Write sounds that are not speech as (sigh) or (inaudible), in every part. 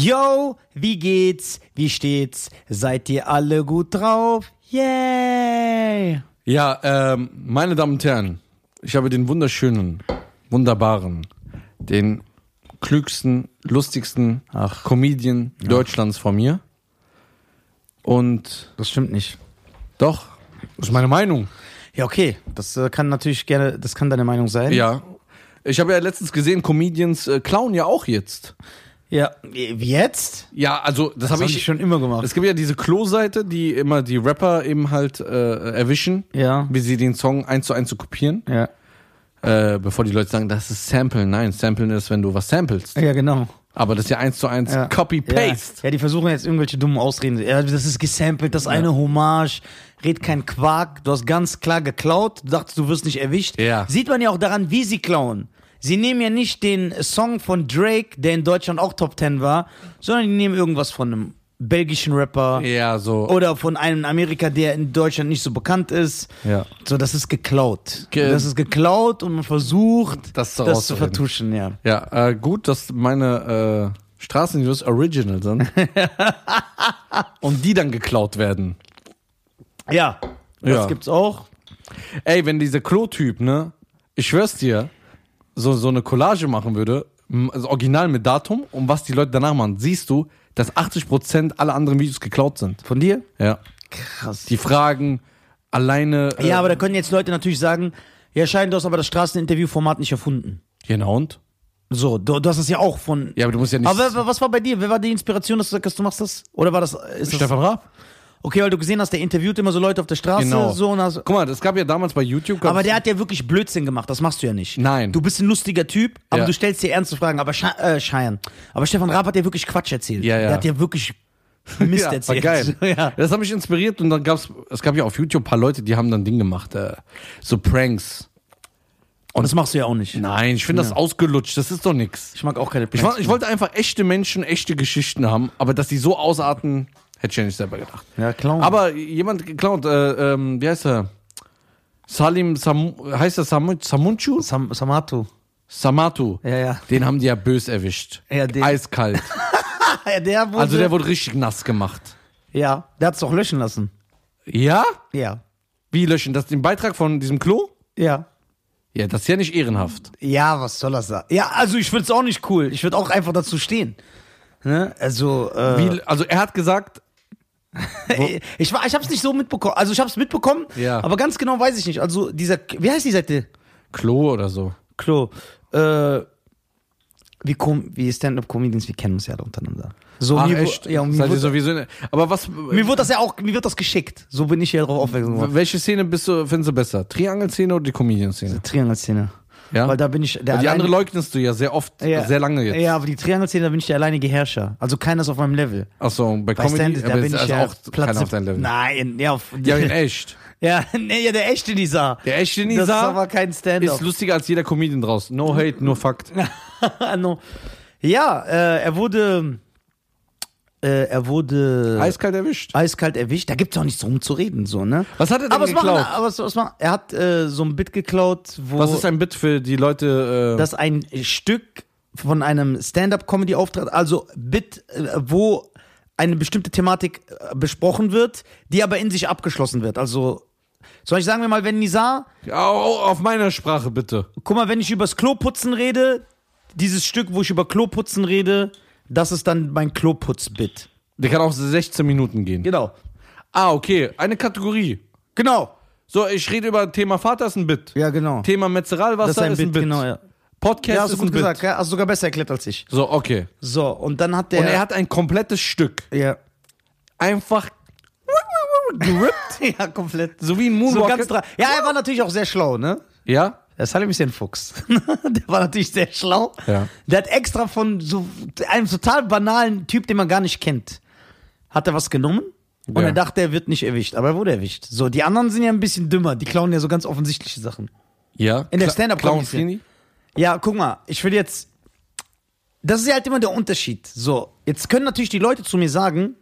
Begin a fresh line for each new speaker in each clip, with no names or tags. Yo, wie geht's? Wie steht's? Seid ihr alle gut drauf? Yay!
Ja, ähm, meine Damen und Herren, ich habe den wunderschönen, wunderbaren, den klügsten, lustigsten
Ach.
Comedian Deutschlands vor mir. Und
Das stimmt nicht.
doch, das ist meine Meinung.
Ja, okay. Das äh, kann natürlich gerne, das kann deine Meinung sein.
Ja. Ich habe ja letztens gesehen, Comedians äh, klauen ja auch jetzt.
Ja. Wie jetzt?
Ja, also das,
Das
habe
habe
ich.
ich schon immer gemacht.
Es gibt ja diese Klo-Seite, die immer die Rapper eben halt äh, erwischen,
ja.
wie sie den Song eins zu eins zu kopieren.
Ja.
Äh, bevor die Leute sagen, das ist Samplen. Nein, Samplen ist, wenn du was samplest.
Ja, genau.
Aber das ist ja eins zu eins
Ja.
Copy-Paste.
Ja. ja, die versuchen jetzt irgendwelche dummen Ausreden. Ja, das ist gesampelt, das eine Hommage, red kein Quark, du hast ganz klar geklaut, du dachtest, du wirst nicht erwischt.
Ja.
Sieht man ja auch daran, wie sie klauen. Sie nehmen ja nicht den Song von Drake, der in Deutschland auch Top Ten war, sondern die nehmen irgendwas von einem belgischen Rapper
Ja, so.
oder von einem in Amerika, der in Deutschland nicht so bekannt ist.
ja.
So, das ist geklaut.
Ge-
das ist geklaut und man versucht, das
Das,
zu
rauszureden.
vertuschen, ja.
Ja, äh, gut, dass meine äh, Straßennews original
(laughs)
sind. Und die dann geklaut werden.
Ja, das
Ja.
gibt's auch.
Ey, wenn dieser Klo-Typ, ne, ich schwör's dir, so, so eine Collage machen würde, m- also original mit Datum und was die Leute danach machen, siehst du, dass 80% aller anderen Videos geklaut sind.
Von dir?
Ja.
Krass.
Die fragen alleine. äh,
Ja, aber da können jetzt Leute natürlich sagen, ja, Schein, du hast aber das Straßeninterviewformat nicht erfunden.
Genau und?
So, du, du hast das ja auch von.
Ja, aber du musst ja nicht.
Aber wa- was war bei dir? Wer war die Inspiration, dass du sagst, du machst das? Oder war das. Ist das
Stefan Raab?
okay, weil du gesehen hast, der interviewt immer so Leute auf der Straße.
Genau.
So und hast,
Guck mal, das gab ja damals bei YouTube. gab's-
aber der hat ja wirklich Blödsinn gemacht, das machst du ja nicht.
Nein.
Du bist ein lustiger Typ, aber
Ja.
du stellst dir ernste Fragen. Aber Sche äh, Schein. Aber Stefan Raab hat ja wirklich Quatsch erzählt.
Ja, ja.
Der hat ja wirklich Mist
ja,
erzählt.
War geil.
(laughs) Ja.
Das hat mich inspiriert und dann gab's, es gab ja auf YouTube ein paar Leute, die haben dann Ding gemacht, äh, so Pranks.
Und das machst du ja auch nicht.
Nein, ich finde das ausgelutscht, das ist doch nix.
Ich mag auch keine
Ich,
Pranks.
wa- ich wollte einfach echte Menschen, echte Geschichten haben, aber dass die so ausarten, hätte ich ja nicht selber gedacht.
ja, Clown.
Aber jemand geklaut, äh, ähm, wie heißt er? Salim Sam, heißt er Samu, Samunchu?
Sam Samatu.
Samatu.
Ja, ja.
Den haben die ja bös erwischt.
Ja, den- (laughs)
Eiskalt.
Ja, der wurde,
Also der wurde richtig nass gemacht.
ja, der hat's doch löschen lassen.
Ja?
Ja,
Wie löschen? Das den Beitrag von diesem Klo?
ja.
Ja, das ist ja nicht ehrenhaft.
Ja, was soll das da? Ja, also ich find's auch nicht cool. Ich würd auch einfach dazu stehen. Ne? Also, äh,
Wie, also er hat gesagt,
(laughs) ich, war, ich hab's nicht so mitbekommen. Also ich hab's mitbekommen,
Ja.
aber ganz genau weiß ich nicht. Also dieser, wie heißt die Seite?
Klo oder so.
Klo. Äh, wie, Com wie Stand-Up-Comedians, wir kennen uns ja alle untereinander. So,
Ach,
mir, wu-
echt?
Ja, und mir,
Seid ihr
wurde,
sowieso in, aber was,
mir wurde das ja auch, mir wird das geschickt. So bin ich hier drauf aufmerksam geworden.
welche Szene bist du, findest du besser? Triangelszene oder die Comedian-Szene?
Triangelszene.
Ja?
Weil da bin ich der
Weil die
alleine-
andere leugnest du ja sehr oft,
Ja.
sehr lange jetzt.
Ja, aber die Triangelszene, da bin ich der alleinige Herrscher. Also keiner ist auf meinem Level.
Achso, und bei Comedy,
Stand-Up, da
aber
bin
ist
ich
also
ja
auch keiner auf
sieb-
deinem Level.
Nein, ja, auf,
Ja,
ja, (laughs)
in echt.
ja, nee, ja, der echte Nizar.
Der echte
Das ist aber genau.
Nisa
kein
ist
Stand-up. (laughs)
lustiger als jeder Comedian draus. No hate, nur Fakt.
no. Ja, äh, er wurde, äh, er wurde
Eiskalt erwischt.
eiskalt erwischt. Da gibt's auch nichts drum zu reden, so ne?
Was hat er denn
aber was machen,
geklaut?
aber was, was machen? Er hat äh, so ein Bit geklaut, wo
Was ist ein Bit für die Leute? Äh,
dass ein Stück von einem Stand-up-Comedy-Auftritt, also Bit, äh, wo eine bestimmte Thematik äh, besprochen wird, die aber in sich abgeschlossen wird. Also, soll ich sagen wir mal, wenn Nizar,
Au, au, auf meiner Sprache bitte.
guck mal, wenn ich übers Kloputzen rede, dieses Stück, wo ich über Kloputzen rede, das ist dann mein Kloputz-Bit.
Der kann auch 16 Minuten gehen.
Genau.
Ah, okay. Eine Kategorie.
Genau.
So, ich rede über Thema Vater ist ein Bit.
Ja, genau.
Thema Metzeralwasser
Das ist ein Bit, genau, ja.
Podcast
Ja, hast du
ist ein
gut
Bit.
gesagt, ja, hast du sogar besser erklärt als ich.
So, okay.
So, und dann hat der.
Und er hat ein komplettes Stück.
Ja,
Einfach
(laughs)
gerippt.
ja komplett.
so wie ein
So
Moonwalker.
ganz dra- ja, er war natürlich auch sehr schlau, ne?
ja?
Der Salim ist ja ein Fuchs. (laughs) der war natürlich sehr schlau.
Ja.
Der hat extra von so einem total banalen Typ, den man gar nicht kennt, hat er was genommen und
Ja.
er dachte, er wird nicht erwischt, aber er wurde erwischt. So, die anderen sind ja ein bisschen dümmer, die klauen ja so ganz offensichtliche Sachen.
Ja.
In der
Kla-
Stand-up-Comedy.
Clown-Szene?
Ja, guck mal, ich will jetzt. Das ist ja halt immer der Unterschied. So, jetzt können natürlich die Leute zu mir sagen,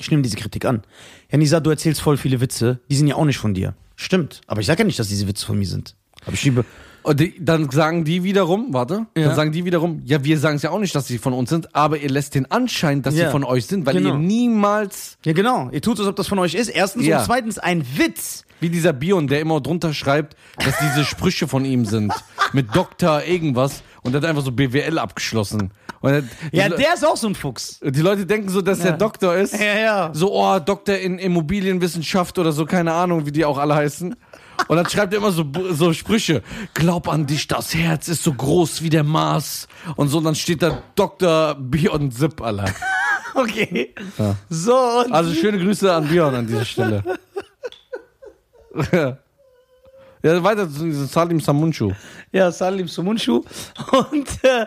ich nehme diese Kritik an. Ja, Nisa, du erzählst voll viele Witze, die sind ja auch nicht von dir. Stimmt, aber ich sage ja nicht, dass diese Witze von mir sind. Aber ich liebe.
Und die, dann sagen die wiederum, warte,
Ja.
dann sagen die wiederum, ja, wir sagen es ja auch nicht, dass sie von uns sind, aber ihr lässt den Anschein, dass
Ja.
sie von euch sind, weil
Genau.
ihr niemals,
Ja, genau. Ihr tut es, ob das von euch ist. Erstens
Ja.
und zweitens ein Witz.
wie dieser Bion, der immer drunter schreibt, dass diese Sprüche von ihm sind, mit Doktor irgendwas, und er hat einfach so BWL abgeschlossen. Und er,
Ja,
die, Le-
der ist auch so ein Fuchs. (laughs)
die Leute denken so, dass
Ja.
der Doktor ist.
ja.
So, oh, Doktor in Immobilienwissenschaft oder so, keine Ahnung, wie die auch alle heißen. Und dann schreibt er immer so, so Sprüche. Glaub an dich, das Herz ist so groß wie der Mars. Und so, und dann steht da Dr. Bion Zip, Alter.
Okay. So, und
Also schöne Grüße an Bion an dieser Stelle. (laughs) Ja, ja weiter zu diesem Salim Samunchu.
Ja, Salim Sumunchu. (laughs) Und äh,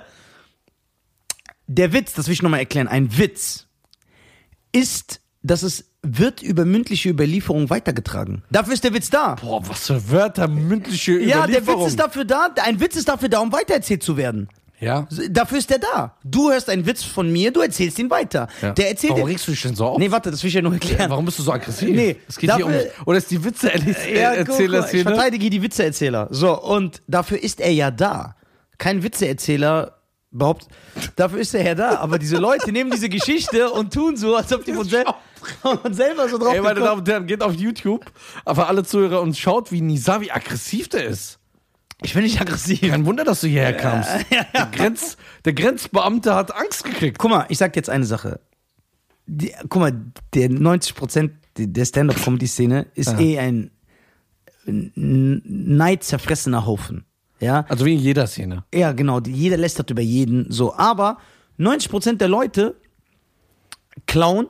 der Witz, das will ich nochmal erklären, ein Witz ist, dass es wird über mündliche Überlieferung weitergetragen. Dafür ist der Witz da.
Boah, was für Wörter, mündliche
Ja, der
Überlieferung.
Witz ist dafür da, ein Witz ist dafür da, um weitererzählt zu werden.
Ja.
Dafür ist der da. Du hörst einen Witz von mir, du erzählst ihn weiter.
ja.
Der erzählt
Warum
ihn.
regst du dich denn so auf?
Nee, warte, das will ich ja nur erklären.
Warum bist du so aggressiv?
Nee,
es geht hier um.
dafür-
Oder ist die Witze äh,
Ja, guck mal,
erzähler
ich
Szene?
verteidige hier die Witzeerzähler. So, und dafür ist er ja da. Kein Witzeerzähler behauptet, dafür ist er ja da. Aber diese Leute nehmen diese Geschichte und tun so, als ob die von, sel von selber so drauf
Ey, meine Damen
gekommen.
und Herren, geht auf YouTube, aber alle Zuhörer und schaut, wie Nisa, wie aggressiv der ist.
Ich bin nicht aggressiv.
Kein Wunder, dass du hierher kamst. Der, Grenz, der Grenzbeamte hat Angst gekriegt.
Guck mal, ich sag dir jetzt eine Sache. Die, guck mal, der 90% der Stand-Up-Comedy-Szene ist eh ein n- neidzerfressener Haufen. Ja?
Also wie in jeder Szene.
Ja, genau. die- Jeder lästert über jeden. So. Aber 90% der Leute klauen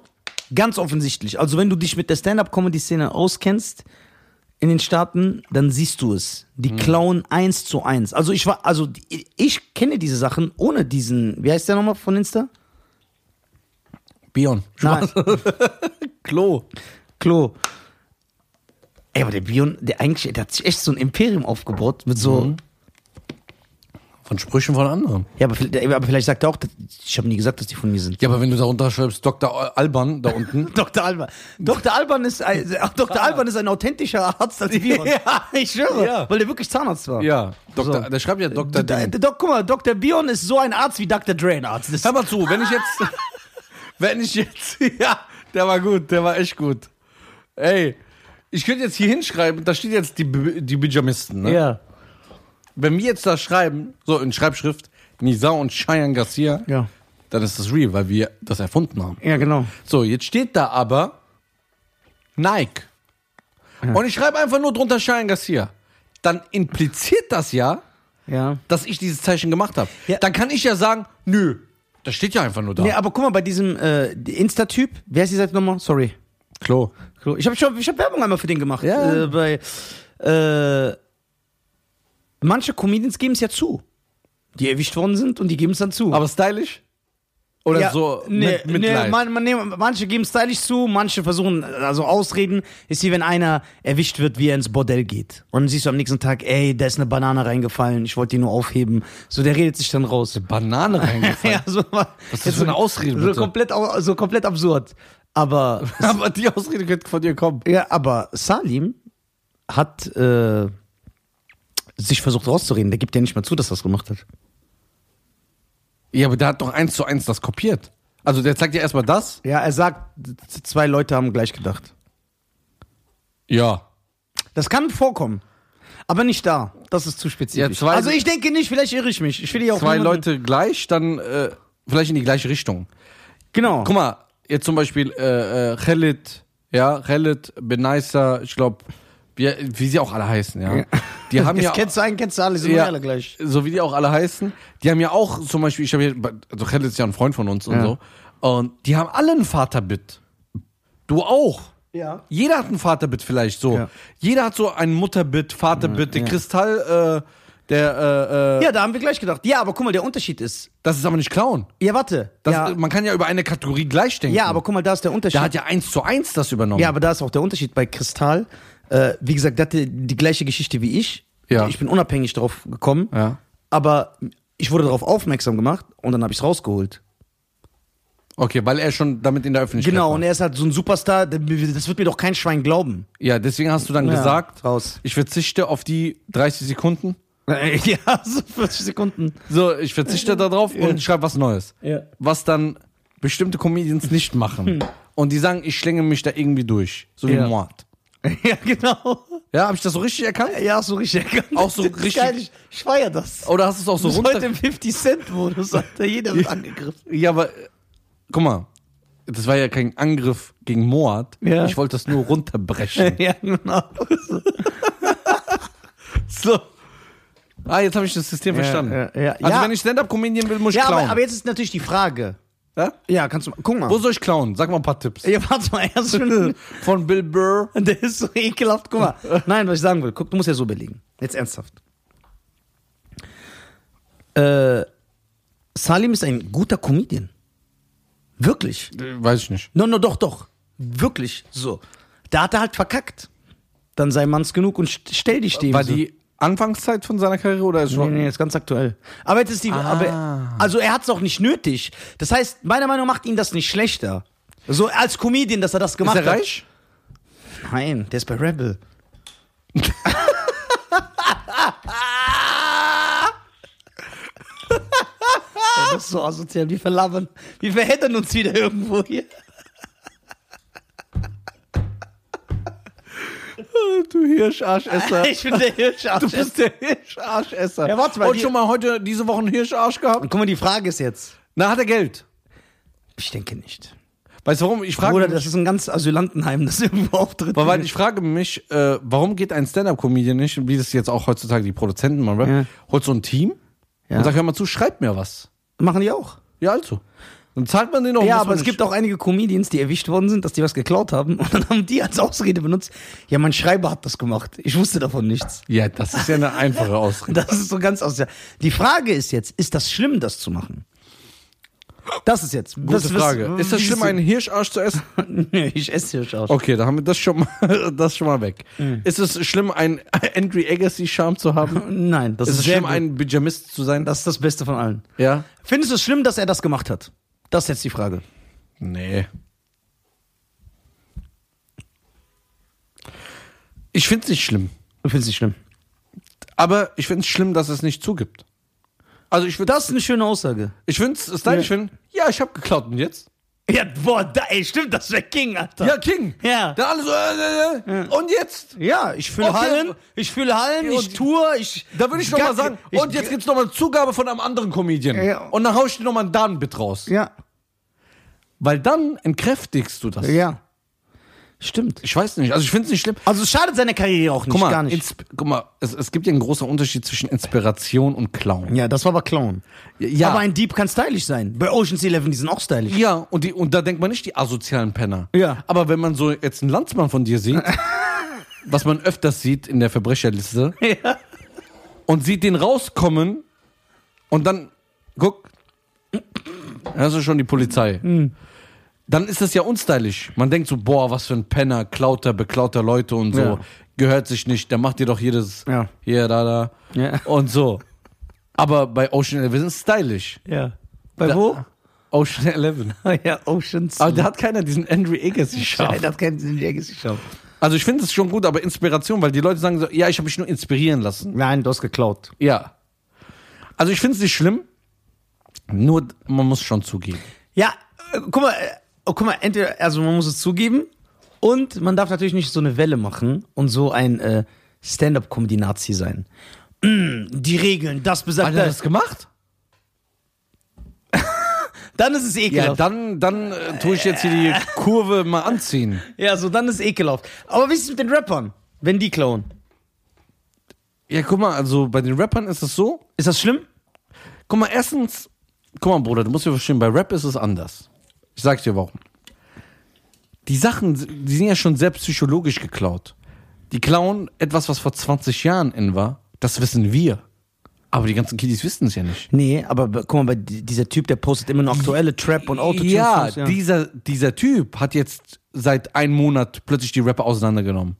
ganz offensichtlich. Also, wenn du dich mit der Stand-Up-Comedy-Szene auskennst in den Staaten, dann siehst du es. Die klauen eins zu eins. Also, ich war, also, die- ich kenne diese Sachen ohne diesen, wie heißt der nochmal von Insta?
Bion.
Nein,
Klo.
Klo. Ey, aber der Bion, der eigentlich, der hat sich echt so ein Imperium aufgebaut mit so,
Von Sprüchen von anderen.
ja, aber, vielleicht- aber vielleicht sagt er auch, ich habe nie gesagt, dass die von mir sind.
Ja, aber wenn du da runterschreibst, Dr. Alban
(laughs)
da unten.
Dr. Alban. Dr. Alban ist
(laughs)
ein, Dr. Alban ist ein authentischer Arzt als Bion. Ja, ich schwöre.
Ja.
Weil der wirklich Zahnarzt war.
ja, Dr.
So.
der schreibt ja
D-
Dr.
d-
Ding.
d- Doc, guck mal, Dr. Bion ist so ein Arzt wie Dr. Drain Arzt. Das
Hör mal zu, wenn ich jetzt. wenn ich jetzt. (laughs) Ja, der war gut, der war echt gut. Ey, ich könnte jetzt hier hinschreiben, da steht jetzt die, B- die Pyjamisten, ne?
ja.
Wenn wir jetzt da schreiben, so in Schreibschrift, Nisa und Cheyenne Garcia,
ja.
dann ist das real, weil wir das erfunden haben.
Ja, genau.
So, jetzt steht da aber Nike. Und ich schreibe einfach nur drunter Cheyenne Garcia. Dann impliziert das ja,
Ja.
dass ich dieses Zeichen gemacht habe.
Ja.
Dann kann ich ja sagen, nö, das steht ja einfach nur da.
Nee, aber guck mal, bei diesem äh, Insta-Typ, wer ist die Seite nochmal? Sorry.
Klo.
Ich habe schon, ich hab Werbung einmal für den gemacht.
Ja.
Äh, bei, äh, manche Comedians geben es ja zu. Die erwischt worden sind und die geben es dann zu.
Aber stylisch? Oder
Ja,
so
nee,
mit Mitleid?
Nee, man, man, nee, manche geben stylisch zu, manche versuchen, also Ausreden ist wie wenn einer erwischt wird, wie er ins Bordell geht. Und dann siehst du am nächsten Tag, ey, da ist eine Banane reingefallen, ich wollte die nur aufheben. So, der redet sich dann raus.
Banane
(laughs)
reingefallen.
Ja, so, Was
ist das für eine Ausrede,
So
bitte?
komplett, au- so komplett absurd.
(laughs)
Aber,
aber die Ausrede könnte von dir kommen.
ja, aber Salim hat äh, sich versucht rauszureden. Der gibt ja nicht mal zu, dass er das gemacht hat.
Ja, aber der hat doch eins zu eins das kopiert. Also der zeigt ja erstmal das.
Ja, er sagt, zwei Leute haben gleich gedacht.
Ja.
Das kann vorkommen. Aber nicht da. Das ist zu spezifisch.
Ja, zwei-
also ich denke nicht, vielleicht irre ich mich. Ich will ja auch
Zwei
niemanden-
Leute gleich, dann äh, vielleicht in die gleiche Richtung.
Genau.
Guck mal, jetzt zum Beispiel äh, äh, Khalid, ja, Khalid, Benaisa, ich glaube, wie, wie sie auch alle
(laughs)
heißen, ja. Die haben
Jetzt
ja
kennst du einen, kennst du alle, sind wir alle gleich.
So wie die auch alle heißen. Die haben ja auch zum Beispiel, ich habe hier, also Khaled ist ja ein Freund von uns und
Ja.
so. Und die haben alle ein Vaterbit. Du auch.
Ja.
Jeder hat ein Vaterbit vielleicht so.
Ja.
Jeder hat so ein Mutterbit, Vaterbit, der Kristall, äh, der, äh, äh,
Ja, da haben wir gleich gedacht. Ja, aber guck mal, der Unterschied ist.
das ist aber nicht Clown.
Ja, warte.
Das,
ja,
Man kann ja über eine Kategorie gleich denken.
ja, aber guck mal, da ist der Unterschied.
der hat ja eins zu eins das übernommen.
ja, aber da ist auch der Unterschied bei Kristall. Äh, wie gesagt, der hatte die gleiche Geschichte wie ich.
Ja.
Ich bin unabhängig drauf gekommen.
Ja.
Aber ich wurde darauf aufmerksam gemacht und dann habe ich es rausgeholt.
Okay, weil er schon damit in der Öffentlichkeit
Genau,
war.
und er ist halt so ein Superstar, das wird mir doch kein Schwein glauben.
Ja, deswegen hast du dann
Ja,
gesagt,
raus.
ich verzichte auf die 30 Sekunden.
Äh, (laughs) Ja, so 40 Sekunden.
So, ich verzichte darauf und schreibe was Neues.
Ja. Hm.
Was dann bestimmte Comedians nicht machen. Und die sagen, ich schlänge mich da irgendwie durch. So wie
Ja.
Mord.
(laughs) Ja, genau.
Ja, habe ich das so richtig erkannt?
Ja, hast du richtig erkannt.
Auch so
Das ist
richtig-
Geil. Ich, ich feier das.
Oder hast du es auch so
Bis heute
runter...
im 50-Cent-Modus, Alter. Jeder wird angegriffen.
Ja, aber äh, guck mal, das war ja kein Angriff gegen Mord.
Ja.
Ich wollte das nur runterbrechen.
Ja, genau. (laughs)
so. Ah, jetzt habe ich das System verstanden.
ja, ja.
Also
Ja.
wenn ich Stand-Up-Comedian will, muss ich
Ja,
klauen.
aber, aber jetzt ist natürlich die Frage.
ja?
Ja, kannst du mal. Guck mal.
Wo soll ich klauen? Sag mal ein paar Tipps.
ja, warte mal, (laughs) erst schon.
Von Bill Burr.
Der ist so ekelhaft. Guck mal. Nein, was ich sagen will. Guck, du musst ja so belegen. Jetzt ernsthaft. Äh, Salim ist ein guter Comedian. Wirklich.
Weiß ich nicht.
No, no, doch, doch. Wirklich. So. Da hat er halt verkackt. Dann sei man's genug und st- stell dich dem.
War
so.
die Anfangszeit von seiner Karriere oder ist
Nee,
schon?
nee, ist ganz aktuell. Aber jetzt ist die.
Ah.
Aber, also er hat's auch nicht nötig. Das heißt, meiner Meinung nach macht ihn das nicht schlechter. So als Comedian, dass er das
Ist
gemacht
er reich?
hat. Nein, der ist bei
(laughs)
Rebel. Ja, das ist so asozial. Wir verlabern. Wir verheddern uns wieder irgendwo hier.
Du Hirscharschesser.
(laughs) Ich bin der Hirscharsch.
Du bist der (laughs) Hirscharschesser.
Ja, warte mal,
Und
die-
schon mal heute, diese Woche einen Hirscharsch gehabt?
Und guck mal, die Frage ist jetzt.
Na, hat er Geld?
Ich denke nicht.
Weißt du warum? Ich frage
Oder
mich,
das ist ein ganz Asylantenheim, das (laughs) irgendwo auftritt.
weil- weil ich frage mich äh, warum geht ein Stand-Up-Comedian nicht, wie das jetzt auch heutzutage die Produzenten machen,
Ja.
holt so ein Team
Ja.
und sagt, hör mal zu, schreib mir was.
Machen die auch.
Ja, also. Dann zahlt man den auch.
Ja,
muss
aber
man
es
nicht-
gibt auch einige Comedians, die erwischt worden sind, dass die was geklaut haben. (laughs) Und dann haben die als Ausrede benutzt, ja, mein Schreiber hat das gemacht. Ich wusste davon nichts.
Ja, das ist ja eine einfache Ausrede.
Das ist so ganz aus der. Die Frage ist jetzt, ist das schlimm, das zu machen? Das ist jetzt.
Gute Frage. ist das schlimm, einen Hirscharsch zu essen?
(laughs) Nee, ich esse hier schon.
Okay, da haben wir das schon mal, (laughs) das schon mal weg. Ist es schlimm, einen (laughs) Andrew Agassi-Charme zu haben?
Nein, Mhm. (laughs) das
Ist
ist,
es
sehr
schlimm,
gut.
ein Pyjamist zu sein?
Das ist das Beste von allen.
Ja?
Findest du es schlimm, dass er das gemacht hat? Das ist jetzt die Frage.
Nee. Ich find's nicht schlimm.
Du findest es nicht schlimm.
Aber ich find's schlimm, dass es nicht zugibt. Also ich würde
Das ist eine schöne Aussage.
ich find's stylisch ja. finden. Ja, ich hab geklaut und jetzt?
Ja, boah, da, ey, stimmt, das wäre King, Alter.
Ja, King.
Ja.
Dann alle so äh, äh, äh. und jetzt?
Ja, ich fühle
Okay.
Hallen, ich fühle Hallen, ich
Und-
tue, ich.
Da würde ich noch mal
Gack-
sagen,
ich-
und jetzt gibt's noch mal eine Zugabe von einem anderen Comedian.
Ja.
Und dann hau ich dir noch mal einen Damenbit raus.
Ja,
Weil dann entkräftigst du das.
ja. Stimmt.
Ich weiß nicht, also ich find's nicht schlimm.
Also, es schadet seiner Karriere auch nicht,
Guck mal,
gar nicht.
Insp- guck mal es, es gibt ja einen großen Unterschied zwischen Inspiration und Clown.
Ja, das war aber Clown.
Ja.
Aber ein Dieb kann stylisch sein. Bei Ocean's Eleven, die sind auch (laughs) stylisch.
Ja, und, die, und da denkt man nicht die asozialen Penner.
Ja.
Aber wenn man so jetzt einen Landsmann von
(laughs)
dir sieht, was man öfters sieht in der Verbrecherliste, und sieht den rauskommen und dann, guck, das ist schon die Polizei. Dann ist das ja unstylisch. Man denkt so, boah, was für ein Penner, klauter, beklauter Leute und so.
Ja.
Gehört sich nicht, der macht dir doch jedes,
Ja.
hier, da, da.
Ja.
Und so. Aber bei Ocean Eleven ist es stylisch.
Ja. Bei
Da-
wo?
Ocean Eleven.
(laughs) Ja, Ocean's
Aber da hat keiner diesen Andrew Agassi
Nein,
scharf.
das kennen sie nicht Legacy Shop.
Also ich finde es schon gut, aber Inspiration, weil die Leute sagen so, ja, ich habe mich nur inspirieren lassen.
Nein, du hast geklaut.
Ja. Also ich finde es nicht schlimm. Nur man muss schon zugeben.
Ja, äh, guck mal, äh, oh, guck mal, entweder, also man muss es zugeben und man darf natürlich nicht so eine Welle machen und so ein äh, Stand-up-Comedy-Nazi sein. Mm, die Regeln, das besagt
Hat er
das.
das gemacht?
Dann ist es
Ja,
ekelhaft. Ja,
dann, dann äh, tue ich jetzt hier die Kurve mal anziehen.
so dann ist es ekelhaft. Aber wie ist es mit den Rappern, wenn die klauen?
Ja, guck mal, also bei den Rappern ist es so.
Ist das schlimm?
Guck mal, erstens, guck mal, Bruder, du musst ja verstehen, bei Rap ist es anders. Ich sag dir warum. Die Sachen, die sind ja schon sehr psychologisch geklaut. Die klauen etwas, was vor 20 Jahren in war, das wissen wir. Aber die ganzen Kiddies wissen es ja nicht.
Nee, aber b- guck mal, bei di- dieser Typ, der postet immer noch aktuelle Trap und Autotune.
ja, Dieser, dieser Typ hat jetzt seit einem Monat plötzlich die Rapper auseinandergenommen.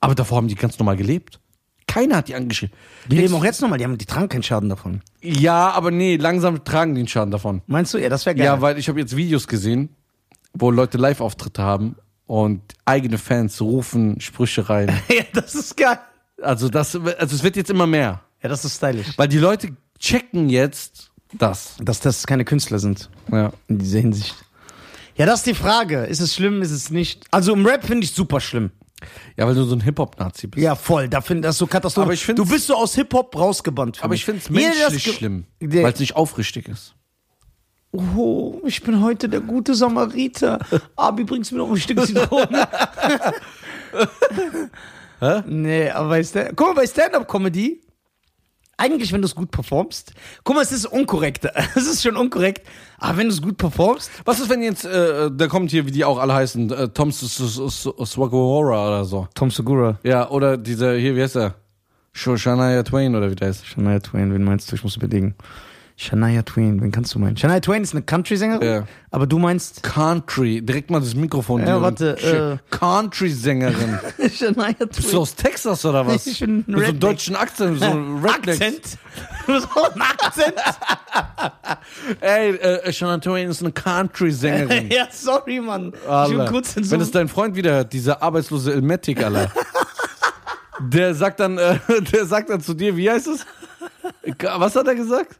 Aber davor haben die ganz normal gelebt. Keiner hat die angeschrieben.
Die leben auch jetzt nochmal, die, haben, die tragen keinen Schaden davon.
Ja, aber nee, langsam tragen die einen Schaden davon.
Meinst du? Ja, das wäre geil.
Ja, weil ich habe jetzt Videos gesehen, wo Leute Live-Auftritte haben und eigene Fans rufen Sprüche rein.
(laughs) (laughs) ja, das ist geil.
Also das, also es wird jetzt immer mehr,
Ja, das ist stylisch.
weil die Leute checken jetzt das.
Dass das keine Künstler sind.
Ja.
In dieser Hinsicht. Ja, das ist die Frage. Ist es schlimm, ist es nicht? Also im Rap finde ich super schlimm.
Ja, weil du so ein Hip-Hop-Nazi bist.
Ja, voll. Da finde das so Katastrophe.
Aber ich find's-
du bist so aus Hip-Hop rausgebannt. für
Aber
mich.
ich finde es
Jeder, der das
menschlich
ge-
schlimm,
Der-
weil es nicht aufrichtig ist.
Oh, ich bin heute der gute
(laughs)
Samariter. Abi, bringst du mir noch ein Stück Zitrone? Hä? Nee, aber bei Stand guck mal, bei Stand-Up-Comedy, eigentlich, wenn du es gut performst, guck mal, es ist unkorrekt. (laughs) Es ist schon unkorrekt, aber wenn du es gut performst,
Was ist, wenn jetzt, äh, da kommt hier, wie die auch alle heißen, äh, Tom S- S- S- Swagora oder so.
Tom Segura.
Ja, oder dieser, hier, wie heißt er? Sh- Shania Twain oder wie der heißt.
Shania Twain, wen meinst du? Ich muss überlegen. Shania Twain, wen kannst du meinen? Shania Twain ist eine Country-Sängerin,
Ja.
aber du meinst
Country, direkt mal das Mikrofon.
Ja,
dir und-
warte, äh, (laughs)
Shit. Country-Sängerin.
(laughs) Shania
Bist du
Twain.
aus Texas oder was?
Ich bin ein
Mit so einem
Redneck.
deutschen Akzent,
(laughs)
so einem Redneck.
Akzent? (laughs) so ein Akzent?
Ey, äh, Shania Twain ist eine Country-Sängerin.
Ja, sorry, Mann. (laughs) Ich bin
Alter.
kurz in so
Wenn es dein Freund wieder hört, dieser arbeitslose
(laughs)
Elmetic, Alter. der sagt dann, äh, (laughs) der sagt dann zu dir, wie
(laughs)
heißt es? Ka- Was hat er gesagt?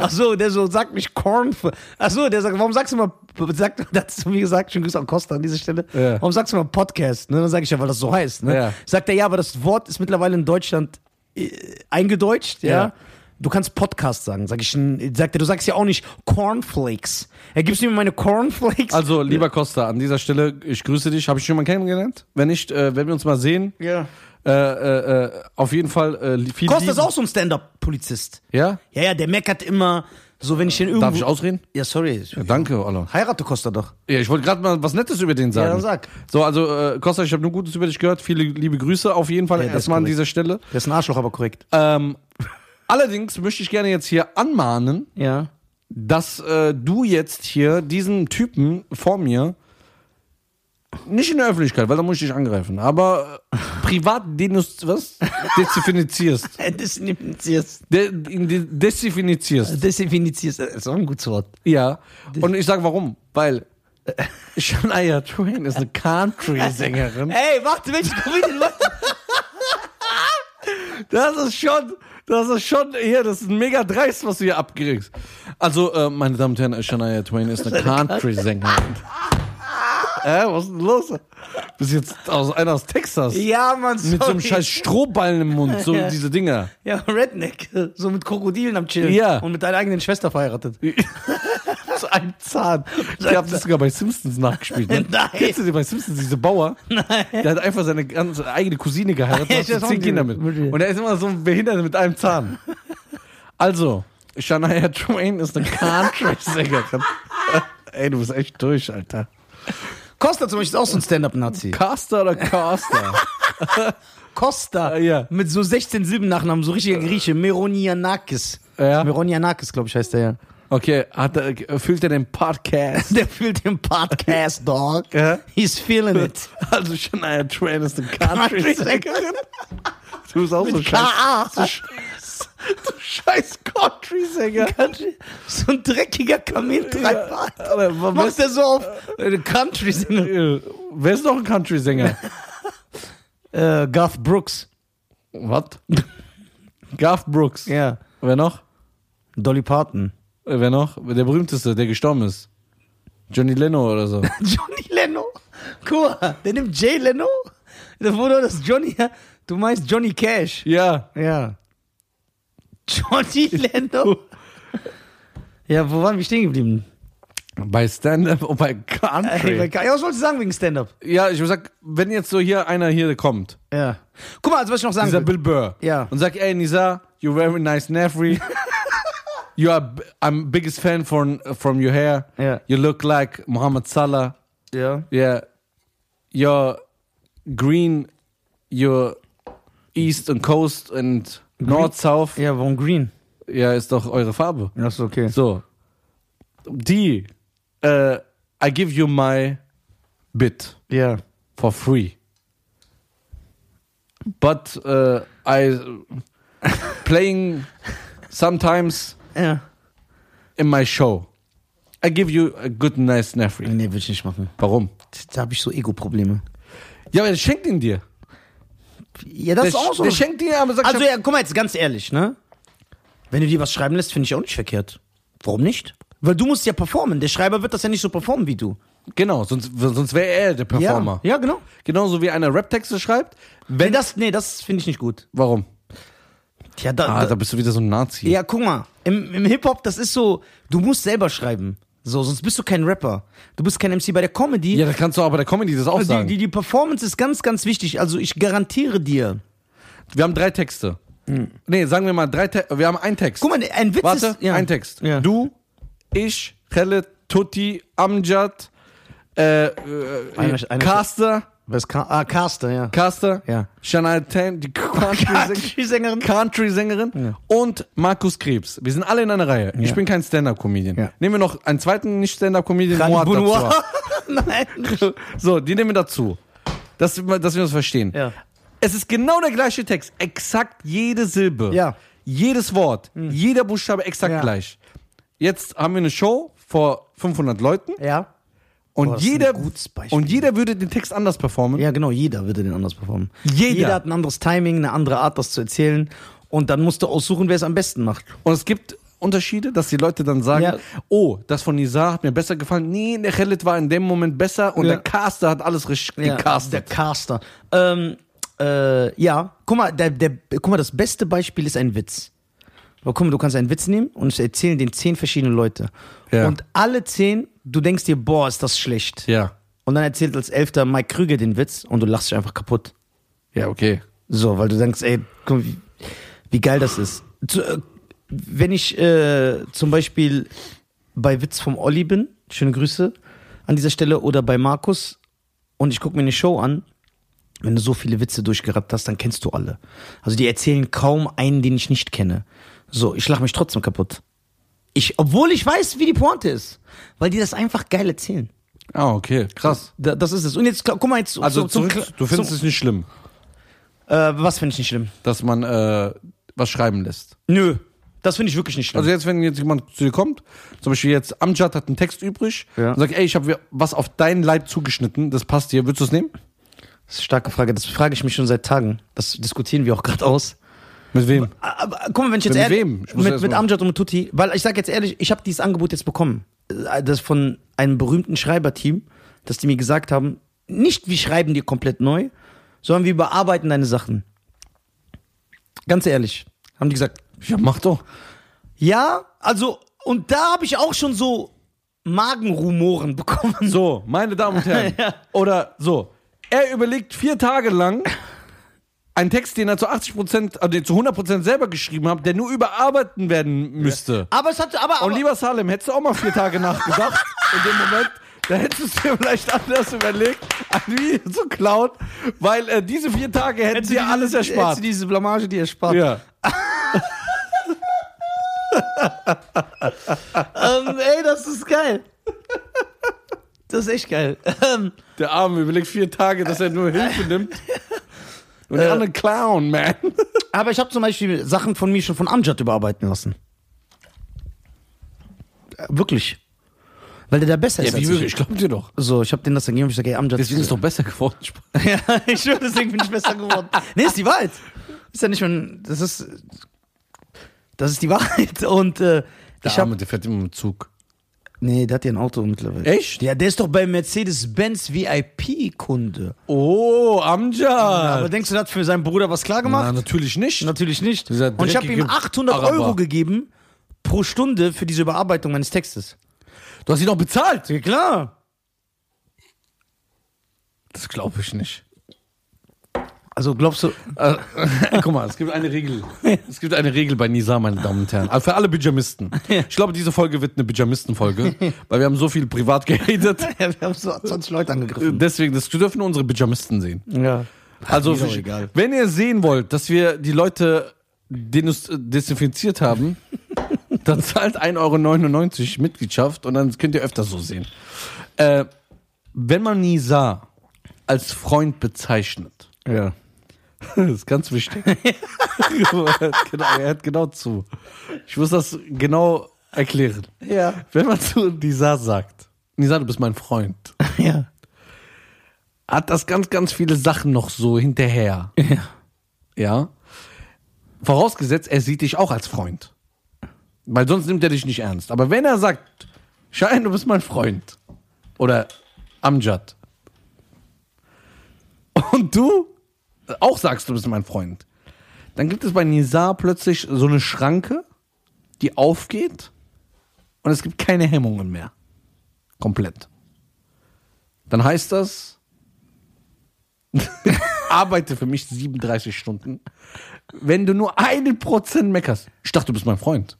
Achso, der so sagt mich Corn. Achso, der sagt, warum sagst du mal, sagt, (laughs) das hat zu mir gesagt, schon Grüße an Costa an dieser Stelle.
Ja.
Warum sagst du mal Podcast? Ne? Dann sage ich ja, weil das so heißt. Ne?
Ja.
Sagt er, ja, aber das Wort ist mittlerweile in Deutschland äh, eingedeutscht, ja.
Ja.
Du kannst Podcast sagen, sag ich. n- Sagt er, du sagst ja auch nicht Cornflakes. Er gibst mir meine Cornflakes.
Also, lieber Costa, an dieser Stelle, ich grüße dich. Habe ich schon mal kennengelernt? Wenn nicht, äh, wenn wir uns mal sehen,
ja.
äh, äh, äh, auf jeden Fall äh, li- viel
Costa ist
Liebe.
auch so ein Stand-up-Polizist.
Ja?
Ja, ja, der meckert immer, so wenn ich den irgendwo.
Darf ich ausreden?
Ja, sorry.
Ja, danke, Alter.
Heirate Costa doch.
Ja, ich wollte gerade mal was Nettes über den sagen.
dann sag.
So, also, äh, Costa, ich habe nur Gutes über dich gehört. Viele liebe Grüße auf jeden Fall
das ist
erstmal an
korrekt.
dieser Stelle.
Der ist ein Arschloch, aber korrekt.
Ähm, (laughs) allerdings möchte ich gerne jetzt hier anmahnen,
Ja.
dass äh, du jetzt hier diesen Typen vor mir nicht in der Öffentlichkeit, weil da muss ich dich angreifen, aber äh, privat denus, (laughs) was? definizierst.
Äh, Desinfizierst.
De, de, definizierst.
Desinfizierst. Das ist auch äh, ein gutes Wort.
Ja. Und ich sage warum? Weil äh, (laughs) Shania Twain ist eine Country-Sängerin.
Ey, warte, welche Comedian Leute?
Das ist schon, das ist schon, hier, das ist mega dreist, was du hier abkriegst. Also, äh, meine Damen und Herren, Shania
(laughs)
Twain ist eine Country-Sängerin. Äh, was ist denn los? Bist jetzt aus, einer aus Texas.
(laughs) Ja, Mann, sorry.
Mit so einem scheiß Strohballen im Mund,
(laughs)
so
Ja.
diese Dinger.
Ja, Redneck. So mit Krokodilen am Chillen.
Ja.
Und mit deiner eigenen Schwester
(laughs)
verheiratet.
So ein Zahn. Ich habe das sogar bei Simpsons nachgespielt. Ne?
(laughs) Nein.
Kennst du dir bei Simpsons diese Bauer? Nein. Der hat einfach seine ganze eigene Cousine
(laughs)
geheiratet
Ja,
und
das
hat so zehn
haben die
Kinder mit.
mit- mit-
Und er ist immer so ein Behinderter mit einem Zahn. Also, Shania (laughs) Twain ist eine Country-Sängerin. (laughs) Ey, du bist echt durch, Alter.
Costa zum Beispiel ist auch so ein Stand-Up-Nazi.
Caster oder Caster?
Costa.
Äh, ja.
Mit so 16 Silben-Nachnamen, so richtiger Grieche. Meronianakis.
Ja.
Meronianakis, glaube ich, heißt der ja.
Okay, hat er, fühlt er den
(laughs)
Podcast?
Der fühlt den Podcast, (laughs) Dog.
Ja.
He's feeling (laughs) it.
Also, Shania Twain ist
(laughs)
eine Country-Sängerin. Du bist auch so scheiße.
K.A.
Du sch- du scheiß Country-Sänger.
So ein dreckiger Kamintreiber.
Aber wer,
Macht
ist,
der so auf äh, Country-Sänger.
äh, wer ist noch ein Country-Sänger?
Äh, Garth Brooks.
Was? Garth Brooks.
Ja.
Wer noch?
Dolly Parton.
Äh, Wer noch? Der berühmteste, der gestorben ist. Johnny Leno oder so.
Johnny Leno. Guck mal, der nimmt Jay Leno. Da wurde das Johnny. Du meinst Johnny Cash.
ja.
Ja. Johnny (laughs) Leno. Ja, wo waren wir stehen geblieben?
Bei Stand-Up und bei
Ey,
Country.
mein Gott. ja, was wolltest du sagen wegen Stand-Up?
ja, ich würde sagen, wenn jetzt so hier einer hier kommt,
Ja. Guck mal, also was ich noch sagen
dieser
will.
Bill Burr,
Ja.
und sagt, ey Nisa, you're very nice nephew. you are, b- I'm biggest fan from, from your hair.
Ja.
You look like Muhammad Salah.
Ja.
Yeah. Your green, your east and coast and north, south, ja.
Ja, warum Green?
ist doch eure Farbe.
Das ist okay.
So. Die, äh, I give you my bit
Ja.
for free. but äh, I playing sometimes
Ja.
in my show. I give you a good nice nephew.
Nee, würde ich nicht machen.
Warum?
Da habe ich so Ego-Probleme.
Ja, aber der schenkt ihn dir.
Ja, das
Der,
ist auch so.
der schenkt ihn, aber sagt
Also,
schon,
ja, guck mal jetzt ganz ehrlich, ne? Wenn du dir was schreiben lässt, finde ich auch nicht verkehrt. Warum nicht? Weil du musst ja performen. Der Schreiber wird das ja nicht so performen wie du.
genau, sonst, sonst wäre er der Performer.
Ja, ja genau.
Genauso wie einer Rap-Texte schreibt.
Wenn das, nee, das finde ich nicht gut.
Warum?
Ja, da,
Ah,
da,
da bist du wieder so ein Nazi.
ja guck mal, im, im Hip-Hop, das ist so, du musst selber schreiben. So, sonst bist du kein Rapper. Du bist kein MC bei der Comedy.
Ja, da kannst du aber der Comedy das auch
die,
sagen.
die, die Performance ist ganz, ganz wichtig. Also ich garantiere dir.
Wir haben drei Texte. Nee, sagen wir mal drei Te Wir haben einen Text.
Hm. Guck mal, ein Witz
Warte,
ist... ja.
ein Text.
Ja.
Du, ich, Helle, Tutti, Amjad, äh, äh,
Einer- einer-
Caster,
Was, Ka ah, Carsten, ja.
Caster,
Ja. Oh
Shania Twain, die Country-Sängerin
Sängerin.
Country-Sängerin und Markus Krebs. Wir sind alle in einer Reihe. Ich bin kein Stand-Up-Comedian.
Ja.
Nehmen wir noch einen zweiten Nicht-Stand-Up-Comedian,
Khalid
Moat dazu.
Bounoir. Nein.
So, die nehmen wir dazu. Dass, wir- dass wir uns verstehen.
Ja.
Es ist genau der gleiche Text. Exakt jede Silbe.
Ja. Mhm.
Jedes Wort. Jeder Buchstabe exakt
Ja.
gleich. Jetzt haben wir eine Show vor 500 Leuten
Ja.
und,
Boah, das ist
jeder,
ein gutes Beispiel.
und jeder würde den Text anders performen.
Ja, genau, jeder würde den anders performen.
Jeder.
Jeder hat ein anderes Timing, eine andere Art, das zu erzählen. Und dann musst du aussuchen, wer es am besten macht.
Und es gibt Unterschiede, dass die Leute dann sagen,
Ja.
oh, das von Nizar hat mir besser gefallen. Nee, der Khaled war in dem Moment besser und
Ja.
der Caster hat alles richtig
Der
gecastet.
Caster. Ähm, äh, ja, guck mal, der, der, guck mal, das beste Beispiel ist ein Witz. Aber guck mal, du kannst einen Witz nehmen und es erzählen den zehn verschiedene Leute.
Ja.
Und alle zehn, du denkst dir, boah, ist das schlecht.
Ja.
Und dann erzählt als Elfter Mike Krüger den Witz und du lachst dich einfach kaputt.
Ja, okay.
So, weil du denkst, ey, guck, wie, wie geil das ist. Zu, äh, wenn ich äh, zum Beispiel bei Witz vom Olli bin, schöne Grüße an dieser Stelle, oder bei Markus und ich gucke mir eine Show an, wenn du so viele Witze durchgerappt hast, dann kennst du alle. Also die erzählen kaum einen, den ich nicht kenne. So, ich lache mich trotzdem kaputt. Ich, obwohl ich weiß, wie die Pointe ist. Weil die das einfach geil erzählen.
Ah, okay. Krass.
Da, das ist es. Und jetzt, guck mal, jetzt.
Also
so- zum
zurück,
Kla-
du findest
zum,
es nicht schlimm.
äh, Was finde ich nicht schlimm?
dass man äh, was schreiben lässt.
Nö. Das finde ich wirklich nicht schlimm.
Also jetzt, wenn jetzt jemand zu dir kommt, zum Beispiel jetzt Amjad hat einen Text übrig
Ja.
und sagt, ey, ich habe was auf deinen Leib zugeschnitten, das passt dir, würdest du es nehmen?
Das ist eine starke Frage. Das frage ich mich schon seit Tagen. Das diskutieren wir auch gerade aus.
Mit wem?
Aber, guck mal, wenn ich jetzt
Mit
ehrlich-
wem? Ich muss
mit,
erst
mit
mal-
Amjad und mit Tutti, weil ich sage jetzt ehrlich, ich habe dieses Angebot jetzt bekommen, Äh, das von einem berühmten Schreiberteam, dass die mir gesagt haben, nicht wir schreiben dir komplett neu, sondern wir überarbeiten deine Sachen. Ganz ehrlich, haben die gesagt,
Ja, mach doch.
ja, also und da habe ich auch schon so Magenrumoren (laughs) bekommen.
So, Oh, meine Damen und (laughs) Herren. Oder so. Er überlegt vier Tage lang einen Text, den er zu 80%, also den zu 100% selber geschrieben hat, der nur überarbeiten werden müsste.
Aber es hat aber,
Und
aber
lieber Salem, hättest du auch mal vier Tage nachgedacht in dem Moment, da hättest du es dir vielleicht anders überlegt, ein Video zu klauen, weil äh, diese vier Tage hätten dir alles erspart.
hättest du diese Blamage dir erspart.
ja.
Ähm, ey, das ist geil. Das ist echt geil. Ähm,
Der Arme überlegt vier Tage, dass er nur Hilfe nimmt. Und der andere Clown, man.
aber ich habe zum Beispiel Sachen von mir schon von Amjad überarbeiten lassen. Äh, Wirklich. Weil der da besser ist. als ich.
glaub dir doch.
So, ich habe denen das dann gegeben und ich sage, ey, Amjad.
Deswegen ist es doch besser geworden.
ja, (laughs) ich schwöre, deswegen bin ich besser
(laughs)
geworden. Nee, ist die Wahrheit. Ist ja nicht schon. Das ist. Das ist die (laughs) Wahrheit. Und äh, ich habe.
der fährt immer mit Zug.
Nee, der hat ja ein Auto mittlerweile.
Echt?
Ja, der ist doch bei Mercedes-Benz VIP-Kunde.
Oh, Amjad.
Aber denkst du, der hat für seinen Bruder was klar gemacht?
Na, natürlich nicht.
Natürlich nicht.
Dieser
Und ich habe ihm
dreckige
800 Euro
Araber.
gegeben pro Stunde für diese Überarbeitung meines Textes.
Du hast ihn doch bezahlt.
Ja, klar.
Das glaube ich nicht.
Also glaubst du,
Äh, Guck mal, es gibt eine Regel. Es gibt eine Regel bei Nisa, meine Damen und Herren. Also für alle Pyjamisten. Ich glaube, diese Folge wird eine Pyjamisten-Folge, weil wir haben so viel privat geredet.
(laughs) ja, wir haben so 20 Leute angegriffen.
Deswegen, das dürfen nur unsere Pyjamisten sehen.
Ja.
Also,
Mir doch egal.
wenn ihr sehen wollt, dass wir die Leute denus- desinfiziert haben, dann zahlt 1,99 Euro Mitgliedschaft und dann könnt ihr öfter so sehen. Äh, wenn man Nisa als Freund bezeichnet,
Ja.
Das ist ganz wichtig. (laughs) er, hört genau, er hört genau zu. Ich muss das genau erklären.
Ja.
Wenn man zu Nisa sagt, Nisa, du bist mein Freund,
(laughs) Ja.
hat das ganz, ganz viele Sachen noch so hinterher.
Ja.
Ja. Vorausgesetzt, er sieht dich auch als Freund. Weil sonst nimmt er dich nicht ernst. Aber wenn er sagt, Schein, du bist mein Freund. Oder Amjad. Und du auch sagst, du bist mein Freund. Dann gibt es bei Nizar plötzlich so eine Schranke, die aufgeht. Und es gibt keine Hemmungen mehr. Komplett. Dann heißt das, arbeite für mich 37 Stunden. Wenn du nur einen Prozent meckerst, ich dachte, du bist mein Freund.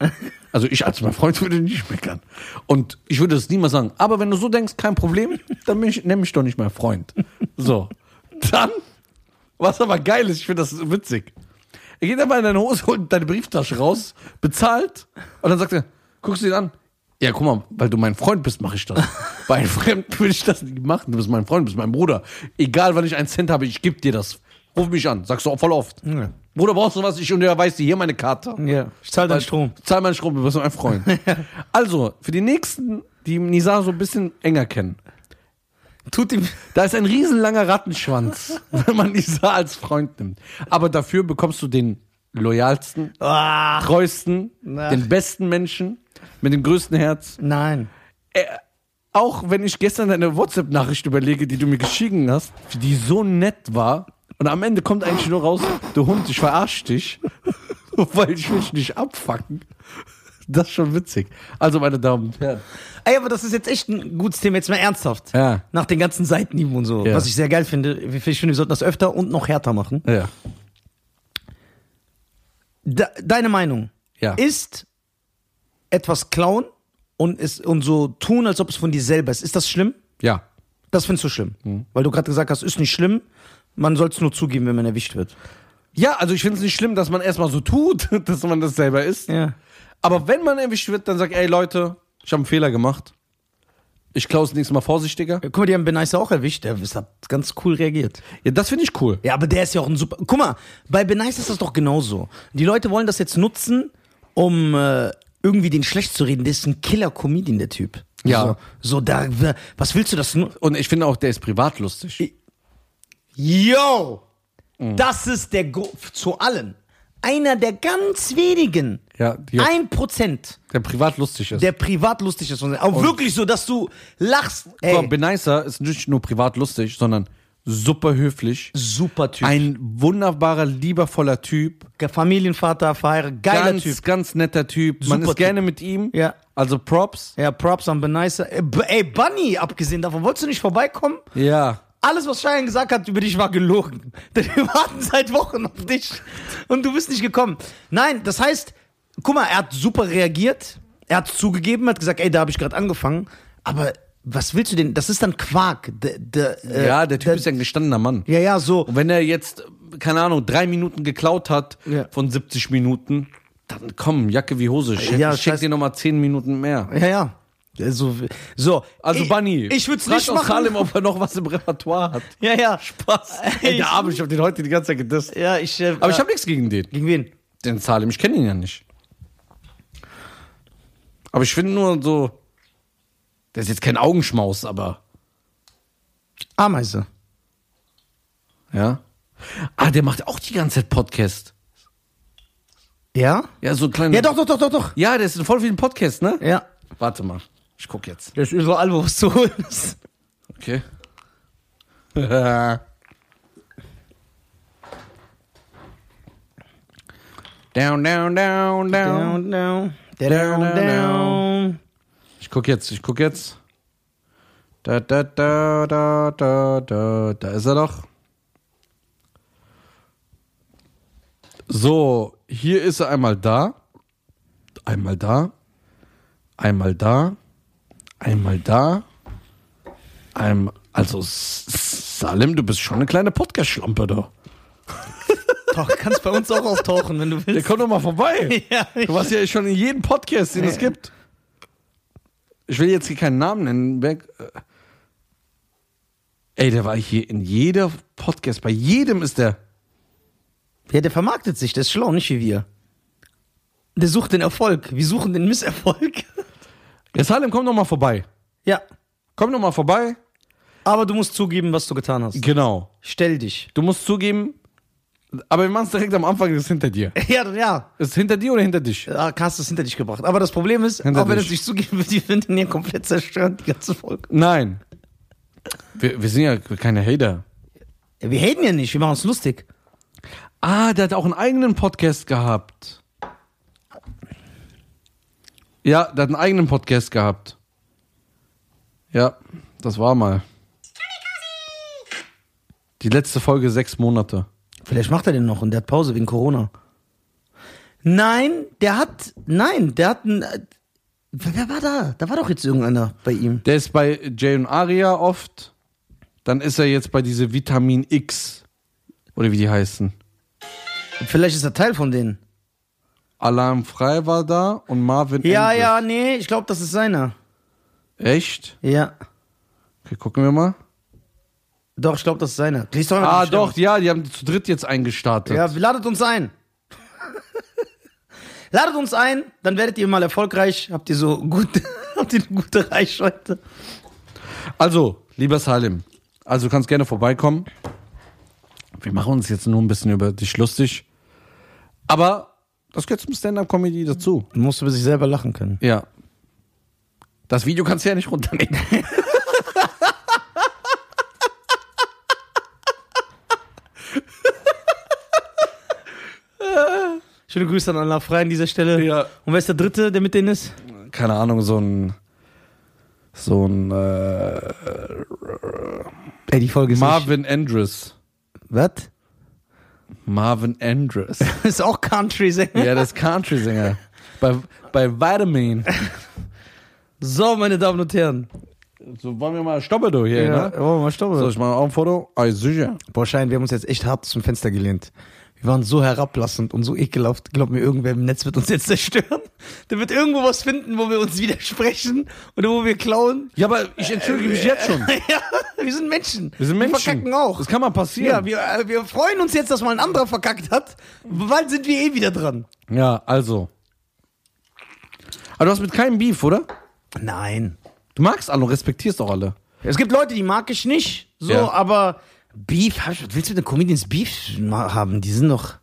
Also ich als mein Freund würde nicht meckern. Und ich würde es niemals sagen. Aber wenn du so denkst, kein Problem, dann bin ich, nenn mich doch nicht mein Freund. So. Dann, was aber geil ist, ich finde das witzig. Er geht einfach in deine Hose, holt deine Brieftasche raus, bezahlt und dann sagt er, guckst du ihn an. Ja, guck mal, weil du mein Freund bist, mache
(laughs)
ich das. Bei einem Fremden würde ich das nicht machen. Du bist mein Freund, du bist mein Bruder. Egal, wann ich einen Cent habe, ich gebe dir das. Ruf mich an, sagst du auch voll oft.
Ja.
Bruder, brauchst du was? Ich unterweise dir hier meine Karte.
Ja. Ich zahle deinen Strom.
Zahl meinen Strom, du bist
(laughs)
mein Freund. also, für die nächsten, die Nisa so ein bisschen enger kennen.
Tut ihm.
Da ist ein riesenlanger Rattenschwanz, (laughs) wenn man Nisa als Freund nimmt. Aber dafür bekommst du den loyalsten,
Ach,
treuesten,
Na.
den besten Menschen mit dem größten Herz.
nein.
Äh, auch wenn ich gestern deine WhatsApp-Nachricht überlege, die du mir geschickt hast, die so nett war. Und am Ende kommt eigentlich nur raus, du Hund, ich verarsch dich, (laughs) weil ich will dich nicht abfacken. Das ist schon witzig. Also, meine Damen und Herren.
Ey, aber das ist jetzt echt ein gutes Thema, jetzt mal ernsthaft.
Ja.
Nach den ganzen Seitenhieben und so.
Ja.
Was ich sehr geil finde. Ich finde, wir sollten das öfter und noch härter machen.
Ja.
De deine Meinung.
Ja.
Ist etwas klauen und, ist, und so tun, als ob es von dir selber ist. Ist das schlimm?
Ja.
Das findest du schlimm. Weil du gerade gesagt hast, ist nicht schlimm. Man soll es nur zugeben, wenn man erwischt wird.
Ja, also ich finde es nicht schlimm, dass man erstmal so tut, (laughs) dass man das selber ist.
Ja.
Aber wenn man erwischt wird, dann sag, ey Leute, ich habe einen Fehler gemacht. Ich klaue es nächstes Mal vorsichtiger.
Guck mal, die haben Benaisa auch erwischt. Der hat ganz cool reagiert.
Ja, das finde ich cool.
Ja, aber der ist ja auch ein super. Guck mal, bei Benice ist das doch genauso. Die Leute wollen das jetzt nutzen, um äh, irgendwie den schlecht zu reden. Der ist ein Killer-Comedian, der Typ.
Ja.
So, so da, was willst du das nur?
Und ich finde auch, der ist privat lustig.
Yo!
Mm.
Das ist der Gro zu allen. Einer der ganz wenigen.
Ja, die-
Ein Prozent,
Der privat lustig ist.
der privat lustig ist. Aber wirklich so, dass du lachst.
Guck mal,
Ey,
Benaisa ist nicht nur privat lustig, sondern super höflich.
super Typ.
Ein wunderbarer, liebervoller Typ.
Familienvater, verheiratet, geiler
ganz,
Typ.
ganz netter Typ. Man
Super Typ.
ist gerne mit ihm.
Ja.
Also Props.
Ja, Props an Benice. Äh, B- Ey, Bunny, abgesehen davon, wolltest du nicht vorbeikommen?
Ja.
Alles, was Cheyenne gesagt hat über dich, war gelogen. (laughs) Denn wir warten seit Wochen auf dich und du bist nicht gekommen. Nein, das heißt, guck mal, er hat super reagiert. Er hat zugegeben, hat gesagt, ey, da habe ich gerade angefangen. Aber was willst du denn? Das ist dann Quark. D d äh,
Ja, der Typ
d-
ist ja ein gestandener Mann.
Ja, ja, so.
Und wenn er jetzt, keine Ahnung, drei Minuten geklaut hat
Ja.
von 70 Minuten, dann komm, Jacke wie Hose. Ich,
Ja,
ich schenk
scheiß-
dir nochmal zehn Minuten mehr.
Ja, ja. So, so.
Also
ich,
Bunny,
Ich würde es
frag
nicht
doch
machen.
Salim, ob er noch was im Repertoire hat.
(laughs) Ja, ja. (laughs) Spaß.
(laughs) Ey, der Arme, ich hab den heute die ganze Zeit gedisst.
ja, ich. Äh,
Aber ich habe nichts gegen den.
Gegen wen?
Den Salim, ich kenne ihn ja nicht. Aber ich finde nur so, der ist jetzt kein Augenschmaus, aber,
Ameise.
ja. Ah, der macht auch die ganze Zeit Podcast.
Ja?
Ja, so kleine.
Ja, doch, doch, doch, doch, doch.
Ja, der ist in voll vielen Podcast, ne?
Ja.
Warte mal, ich guck jetzt.
Der ist überall, wo es zu holen ist.
Okay. down, down, down, down.
Down, down, down, down.
Ich guck jetzt, ich guck jetzt. Da, da, da, da, da, da, da ist er doch. So, hier ist er einmal da. Einmal da. Einmal da. Einmal da. Einmal, also, S- S- Salim, du bist schon eine kleine Podcast-Schlampe da.
Doch, kannst bei uns auch auftauchen, wenn du
Der
willst.
kommt doch mal vorbei.
(laughs) Ja,
Du warst ja schon in jedem Podcast, den es
Nee.
gibt. Ich will jetzt hier keinen Namen nennen. Wer, äh, ey, der war hier in jeder Podcast. Bei jedem ist der.
Ja, der vermarktet sich, der ist schlau, nicht wie wir. Der sucht den Erfolg. Wir suchen den Misserfolg.
Ja, Salem, komm doch mal vorbei.
(laughs) Ja.
Komm doch mal vorbei.
Aber du musst zugeben, was du getan hast.
Genau.
Stell dich.
Du musst zugeben, aber wir machen es direkt am Anfang, das ist hinter dir.
(laughs) Ja, ja.
Ist es hinter dir oder hinter dich?
Ja, Carsten ist hinter dich gebracht. Aber das Problem ist,
Hinter
auch wenn
dich.
es nicht zugeben wird, die finden ihn komplett zerstört, die ganze Folge.
Nein. Wir, wir sind ja keine Hater.
Ja, wir haten ja nicht, wir machen uns lustig.
Ah, der hat auch einen eigenen Podcast gehabt. Ja, der hat einen eigenen Podcast gehabt. Ja, das war mal. Die letzte Folge sechs Monate.
Vielleicht macht er den noch und der hat Pause wegen Corona. Nein, der hat, nein, der hat einen, äh, wer war da? Da war doch jetzt irgendeiner bei ihm.
Der ist bei Jay und Aria oft. Dann ist er jetzt bei diese Vitamin X. Oder wie die heißen.
Vielleicht ist er Teil von denen.
Alarm Frei war da und Marvin.
Ja,
Endres.
ja, nee, ich glaube, das ist seiner.
Echt?
Ja.
Okay, gucken wir mal.
Doch, ich glaube, das ist seiner. Lies doch mal
Ah,
die Sterne.
doch, ja, die haben zu dritt jetzt eingestartet.
Ja, ladet uns (laughs) ein. ladet uns ein, dann werdet ihr mal erfolgreich. Habt ihr so gut, (laughs) habt ihr eine gute Reichweite.
Also, lieber Salim, also du kannst gerne vorbeikommen. Wir machen uns jetzt nur ein bisschen über dich lustig. Aber das gehört zum Stand-Up-Comedy dazu.
Musst du über sich selber lachen können.
Ja. Das Video kannst du ja nicht runternehmen.
Schöne Grüße an Allah Frei an dieser Stelle.
(laughs) Ja.
Und wer ist der Dritte, der mit denen ist?
Keine Ahnung, so ein. So ein. Äh,
Ey, die Folge ist
Marvin Andrews.
Was?
Marvin Andrews.
(laughs) Ist auch Country-Sänger.
ja, das ist Country-Sänger. (laughs) Bei, bei Vitamin.
So, meine Damen und Herren.
So wollen wir mal stoppen, du hier, ne?
wollen wir mal stoppen.
Soll ich mal auch ein Foto? Ah, sicher.
Boah, Schein, wir haben uns jetzt echt hart zum Fenster gelehnt. Wir waren so herablassend und so ekelhaft. Glaub mir, irgendwer im Netz wird uns jetzt zerstören. Der wird irgendwo was finden, wo wir uns widersprechen oder wo wir klauen.
Ja, aber ich entschuldige mich jetzt schon.
(laughs) Ja, wir sind Menschen.
Wir sind Menschen.
Wir verkacken auch.
Das kann mal
Ja,
passieren.
wir, äh, wir freuen uns jetzt, dass mal ein anderer verkackt hat. Bald sind wir eh wieder dran.
Ja, also. Aber du hast mit keinem Beef, oder?
Nein.
Du magst alle und respektierst auch alle.
Es gibt Leute, die mag ich nicht, so,
Ja.
aber Beef, hab ich- was willst du mit den Comedians Beef ma- haben? Die sind doch,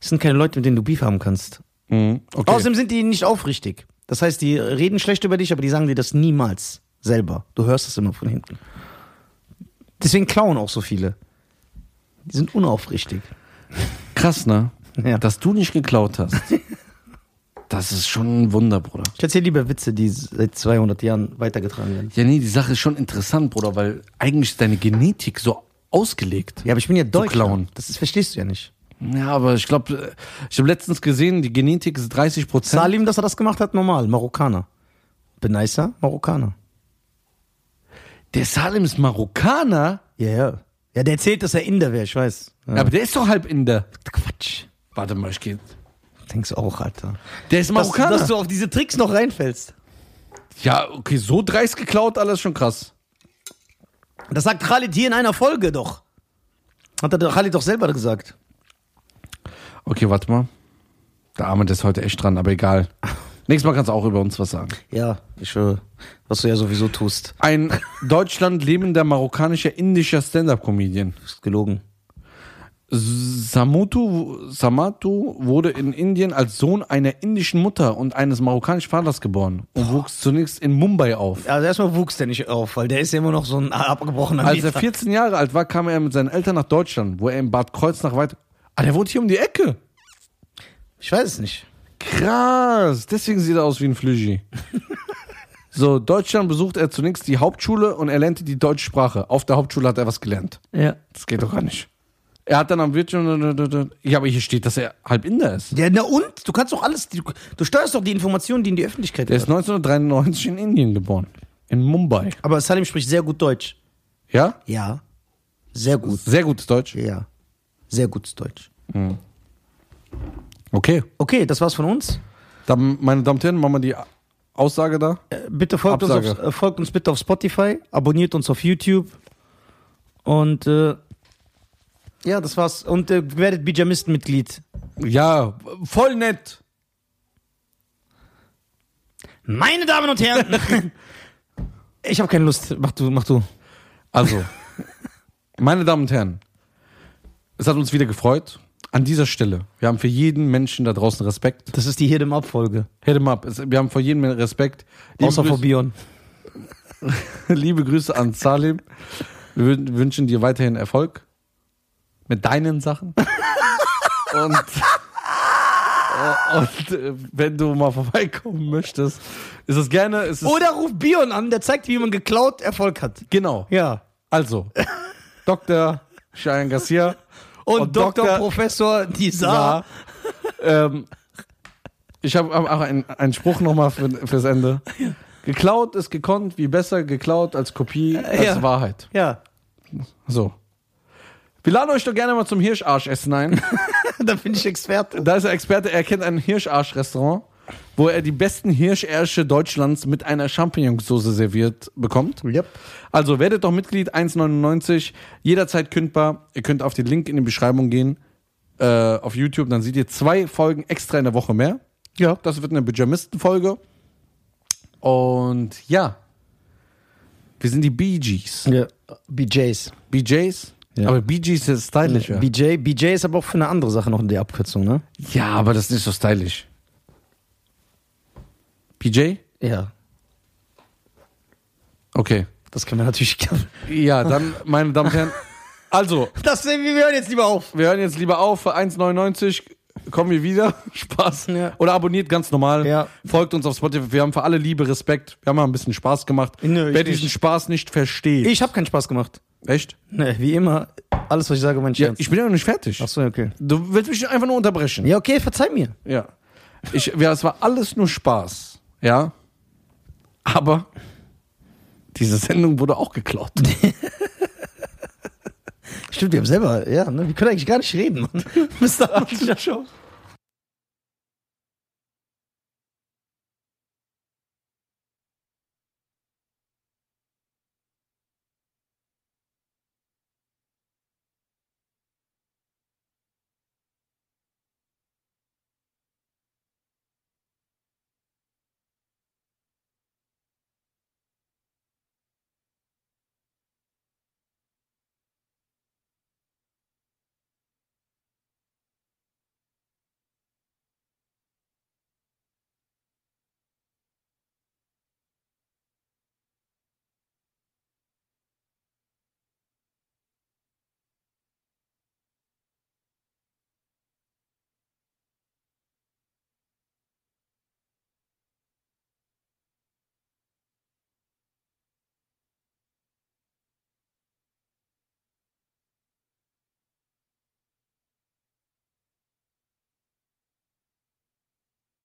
das sind keine Leute, mit denen du Beef haben kannst.
Okay.
Außerdem sind die nicht aufrichtig. Das heißt, die reden schlecht über dich, aber die sagen dir das niemals selber. Du hörst das immer von hinten. Deswegen klauen auch so viele. Die sind unaufrichtig.
krass, ne?
Ja.
Dass du nicht
(laughs)
geklaut hast. das ist schon ein Wunder, Bruder.
Ich erzähle lieber Witze, die seit 200 Jahren weitergetragen werden.
Ja, nee, die Sache ist schon interessant, Bruder, weil eigentlich ist deine Genetik so ausgelegt.
Ja, aber ich bin ja Deutscher.
klauen.
Das ist, verstehst du ja nicht.
Ja, aber ich glaube, ich habe letztens gesehen, die Genetik ist 30 Prozent.
Salim, dass er das gemacht hat, normal. Marokkaner. Beneiser, Marokkaner.
Der Salim ist Marokkaner,
Ja, ja. Ja, der erzählt, dass er Inder wäre, ich weiß. Ja.
aber der ist doch halb Inder.
Quatsch.
Warte mal, ich geh.
Denkst auch, Alter.
Der ist
Dass,
Marokkaner.
dass du auf diese Tricks noch reinfällst.
Ja, okay, so dreist geklaut, alles schon krass.
Das sagt Khalid hier in einer Folge doch. Hat er doch- Khalid doch selber gesagt.
Okay, warte mal. Der Arme, der ist heute echt dran, aber egal. Nächstes Mal kannst du auch über uns was sagen.
Ja, ich höre, was du ja sowieso tust.
Ein Deutschland lebender marokkanischer indischer Stand-up-Comedian.
Ist gelogen.
Samutu Samatu wurde in Indien als Sohn einer indischen Mutter und eines marokkanischen Vaters geboren und wuchs zunächst in Mumbai auf.
Also erstmal wuchs der nicht auf, weil der ist ja immer noch so ein abgebrochener
Als er
Mieter.
14 Jahre alt war, kam er mit seinen Eltern nach Deutschland, wo er in Bad Kreuznach weit. Ah, der wohnt hier um die Ecke.
Ich weiß es nicht.
Krass, deswegen sieht er aus wie ein Flüschi. so, Deutschland besucht er zunächst die Hauptschule und erlernte die deutsche Sprache. Auf der Hauptschule hat er was gelernt.
Ja.
Das geht doch gar nicht. Er hat dann am Wirtschaft. Ja, aber hier steht, dass er halb Inder ist.
Ja, na und? Du kannst doch alles, du, du steuerst doch die Informationen, die in die Öffentlichkeit
Der ist 1993 in Indien geboren. In Mumbai.
Aber Salim spricht sehr gut Deutsch.
Ja?
Ja. Sehr gut.
Sehr gutes Deutsch.
Ja. Sehr gutes Deutsch.
Okay.
Okay, das war's von uns.
Dann, meine Damen und Herren, machen wir die Aussage da.
Äh, Bitte folgt uns,
Absage.
auf, äh, folgt uns bitte auf Spotify, abonniert uns auf YouTube und äh, Ja, das war's. Und äh, werdet Bijamisten-Mitglied.
Ja, voll nett.
Meine Damen und Herren! ich habe keine Lust. Mach du, mach du.
Also, meine Damen und Herren, es hat uns wieder gefreut. An dieser Stelle, wir haben für jeden Menschen da draußen Respekt.
Das ist die Hier dem Abfolge.
Hit him up. Es, wir haben vor jedem Respekt. Liebe,
Außer vor
Grüße,
Bion.
(laughs) liebe Grüße an Salim. Wir wün- wünschen dir weiterhin Erfolg mit deinen Sachen. (laughs) Und, und äh, wenn du mal vorbeikommen möchtest, ist es gerne. Ist es,
Oder ruf Bion an, der zeigt, wie man geklaut Erfolg hat.
genau.
Ja.
Also, Dr. Cheyenne Garcia.
Und,
Und
Dr.
Dr.
Professor Nizar.
ähm, ich habe auch einen, einen Spruch nochmal für, fürs Ende. Geklaut ist gekonnt, wie besser geklaut als Kopie, als
ja.
Wahrheit.
Ja. (laughs)
So. Wir laden euch doch gerne mal zum Hirscharschessen ein.
da bin ich Experte.
Da ist er Experte, er kennt ein Hirscharsch-Restaurant, wo er die besten Hirschärsche Deutschlands mit einer Champignonsauce serviert bekommt.
Yep.
Also werdet doch Mitglied 1,99, jederzeit kündbar. Ihr könnt auf den Link in die Beschreibung gehen, äh, auf YouTube, dann seht ihr zwei Folgen extra in der Woche mehr.
Ja.
Das wird eine Pyjamisten-Folge. Und ja, wir sind die Bee Gees.
ja. BJs.
BJs?
Ja.
Aber Äh, Bee Gees ist stylischer.
BJ, BJ ist aber auch für eine andere Sache noch in der Abkürzung, ne?
Ja, aber das ist nicht so stylisch. BJ?
Ja.
Okay.
Das können wir natürlich.
Ja, dann, meine Damen (laughs) und Herren. Also,
Das, wir hören jetzt lieber auf.
wir hören jetzt lieber auf. Für 1,99 kommen wir wieder. (laughs) Spaß.
Ja.
Oder abonniert ganz normal.
Ja.
Folgt uns auf Spotify. Wir haben für alle Liebe, Respekt. Wir haben mal ein bisschen Spaß gemacht.
Nö, ich
Wer diesen
nicht.
Spaß nicht versteht.
Ich habe keinen Spaß gemacht.
Echt?
Ne, wie immer. Alles, was ich sage, mein
Ja,
Scherz.
ich bin ja noch nicht fertig.
Ach so, okay.
Du willst mich einfach nur unterbrechen.
Ja, okay, verzeih mir.
Ja. Ich, ja, es war alles nur Spaß. Ja. Aber diese Sendung wurde auch geklaut.
(laughs) Stimmt, wir haben selber, ja, ne? Wir können eigentlich gar nicht reden, Mann. Mr. Show.